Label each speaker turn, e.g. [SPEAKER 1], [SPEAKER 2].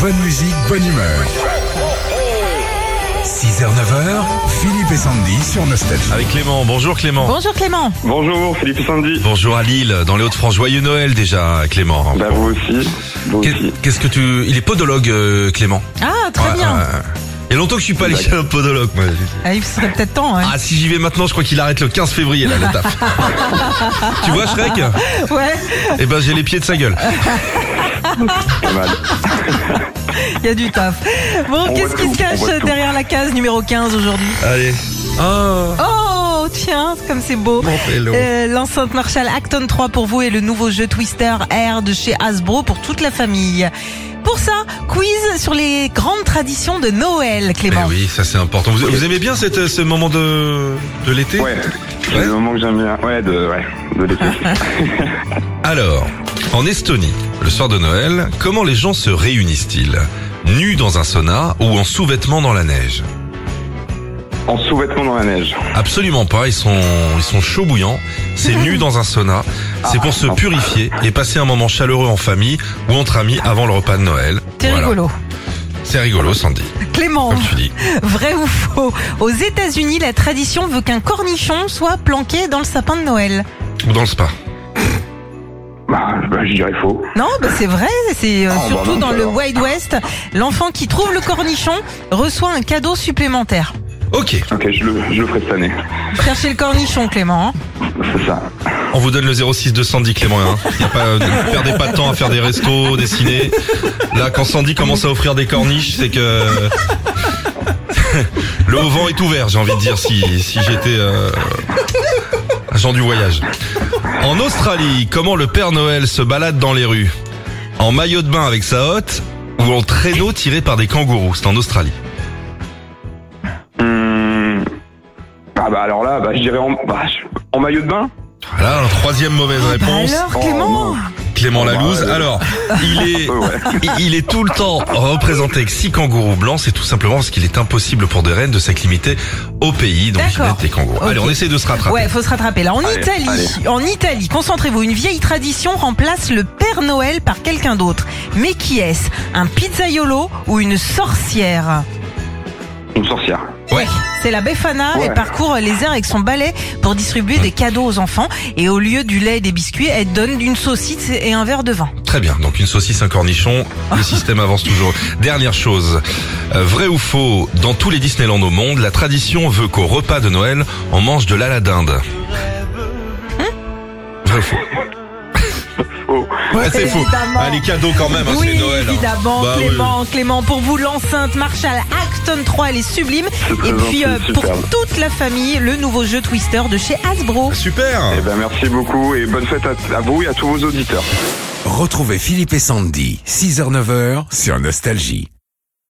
[SPEAKER 1] Bonne musique, bonne humeur. 6h, 9h, Philippe et Sandy sur Nostalgie.
[SPEAKER 2] Avec Clément, bonjour Clément.
[SPEAKER 3] Bonjour Clément.
[SPEAKER 4] Bonjour Philippe et Sandy.
[SPEAKER 2] Bonjour à Lille, dans les Hauts-de-France. Joyeux Noël déjà, Clément.
[SPEAKER 4] Bah vous aussi. Vous aussi.
[SPEAKER 2] Qu'est- Qu'est-ce que tu... Il est podologue, euh, Clément.
[SPEAKER 3] Ah, très
[SPEAKER 2] Ouais,
[SPEAKER 3] bien.
[SPEAKER 2] ouais, ouais. Il y a longtemps que je suis pas allé chez un podologue. moi.
[SPEAKER 3] Ah, il serait peut-être temps. hein.
[SPEAKER 2] Ah, si j'y vais maintenant, je crois qu'il arrête le 15 février, là, le taf. tu vois, Shrek
[SPEAKER 3] Ouais,
[SPEAKER 2] Eh ben, j'ai les pieds de sa gueule.
[SPEAKER 4] Pas mal.
[SPEAKER 3] il y a du taf. Bon,
[SPEAKER 4] On
[SPEAKER 3] qu'est-ce qui
[SPEAKER 4] voit tout,
[SPEAKER 3] se
[SPEAKER 4] on voit
[SPEAKER 3] cache
[SPEAKER 4] tout.
[SPEAKER 3] derrière la case numéro 15 aujourd'hui
[SPEAKER 2] Allez. Oh,
[SPEAKER 3] Oh, tiens, comme c'est beau.
[SPEAKER 2] mon vélo.
[SPEAKER 3] Euh, L'enceinte Marshall Acton 3 pour vous et le nouveau jeu Twister Air de chez Hasbro pour toute la famille. Pour ça, quiz sur les grandes traditions de Noël,
[SPEAKER 2] Mais
[SPEAKER 3] Clément.
[SPEAKER 2] Eh oui, ça c'est important. Vous, vous aimez bien cette, euh, ce moment de, de l'été
[SPEAKER 4] Ouais. C'est le moment que j'aime bien. Ouais, de, ouais, de l'été.
[SPEAKER 2] Alors, en Estonie, le soir de Noël, comment les gens se réunissent-ils Nus dans un sauna ou en sous-vêtements dans la neige
[SPEAKER 4] En sous-vêtements dans la neige.
[SPEAKER 2] Absolument pas, ils sont, ils sont chauds bouillants, c'est nus dans un sauna, c'est pour se purifier et passer un moment chaleureux en famille ou entre amis avant le repas de Noël.
[SPEAKER 3] C'est
[SPEAKER 2] Voilà.
[SPEAKER 3] rigolo.
[SPEAKER 2] C'est rigolo, Sandy,
[SPEAKER 3] Clément,
[SPEAKER 2] comme tu dis.
[SPEAKER 3] vrai ou faux Aux États-Unis, la tradition veut qu'un cornichon soit planqué dans le sapin de Noël.
[SPEAKER 2] Ou dans le spa.
[SPEAKER 4] Bah, bah je dirais faux.
[SPEAKER 3] Non, bah c'est vrai, c'est euh,
[SPEAKER 4] Ah, bah
[SPEAKER 3] surtout
[SPEAKER 4] non,
[SPEAKER 3] dans le
[SPEAKER 4] alors.
[SPEAKER 3] Wild West. L'enfant qui trouve le cornichon reçoit un cadeau supplémentaire.
[SPEAKER 2] Ok,
[SPEAKER 4] Ok, je le, je le ferai cette année.
[SPEAKER 3] Cherchez le cornichon, Clément. hein.
[SPEAKER 4] C'est ça.
[SPEAKER 2] on vous donne le 06 de Sandy Clément. Hein. Y a pas, ne perdez pas de temps à faire des restos, des ciné. Là, quand Sandy commence à offrir des corniches, c'est que... Le haut vent est ouvert, j'ai envie de dire, si, si j'étais euh, agent du voyage. En Australie, comment le Père Noël se balade dans les rues En maillot de bain avec sa hotte ou en traîneau tiré par des kangourous C'est en Australie.
[SPEAKER 4] Hum. Ah bah alors là, bah je dirais en, bah, je- en maillot de bain.
[SPEAKER 2] Voilà, troisième mauvaise
[SPEAKER 3] Bah
[SPEAKER 2] réponse.
[SPEAKER 3] alors,
[SPEAKER 4] Oh,
[SPEAKER 3] Clément
[SPEAKER 4] non.
[SPEAKER 2] Clément
[SPEAKER 4] bah,
[SPEAKER 2] Lalouse.
[SPEAKER 4] euh,
[SPEAKER 2] Alors, il est,
[SPEAKER 4] Euh, ouais.
[SPEAKER 2] il- il est tout le temps représenté avec six kangourous blancs. C'est tout simplement parce qu'il est impossible pour des reines de s'acclimater au pays. Donc, ils
[SPEAKER 3] D'accord.
[SPEAKER 2] mettent des kangourous.
[SPEAKER 3] Ok.
[SPEAKER 2] Allez, on essaie de se rattraper.
[SPEAKER 3] Ouais, faut se rattraper. Là, en
[SPEAKER 4] Allez,
[SPEAKER 3] Italie,
[SPEAKER 4] allez.
[SPEAKER 3] en Italie, concentrez-vous, une vieille tradition remplace le Père Noël par quelqu'un d'autre. Mais qui est-ce Un pizzaiolo ou une sorcière
[SPEAKER 4] Une sorcière.
[SPEAKER 2] Ouais.
[SPEAKER 3] C'est la Befana
[SPEAKER 4] Ouais.
[SPEAKER 3] elle parcourt les airs avec son balai pour distribuer des cadeaux aux enfants. Et au lieu du lait et des biscuits, elle donne une saucisse et un verre de vin.
[SPEAKER 2] Très bien. Donc une saucisse, un cornichon, le système avance toujours. Dernière chose, euh, vrai ou faux, dans tous les Disneyland au monde, la tradition veut qu'au repas de Noël, on mange de l'ala d'Inde. Hein? vrai ou faux
[SPEAKER 4] Oh.
[SPEAKER 2] Ouais, c'est faux.
[SPEAKER 3] Évidemment.
[SPEAKER 2] Ah, les cadeaux quand même, hein,
[SPEAKER 3] oui,
[SPEAKER 2] c'est Noël. hein.
[SPEAKER 3] évidemment,
[SPEAKER 2] Bah oui.
[SPEAKER 3] Clément, Clément, pour vous, l'enceinte Marshall Acton 3, elle est sublime.
[SPEAKER 4] C'est très
[SPEAKER 3] Et puis, euh,
[SPEAKER 4] gentil,
[SPEAKER 3] pour
[SPEAKER 4] superbe.
[SPEAKER 3] toute la famille, le nouveau jeu Twister de chez Hasbro.
[SPEAKER 2] Super.
[SPEAKER 4] Eh ben merci beaucoup et bonne fête à, à vous et à tous vos auditeurs.
[SPEAKER 1] Retrouvez Philippe et Sandy, 6h, 9h sur Nostalgie.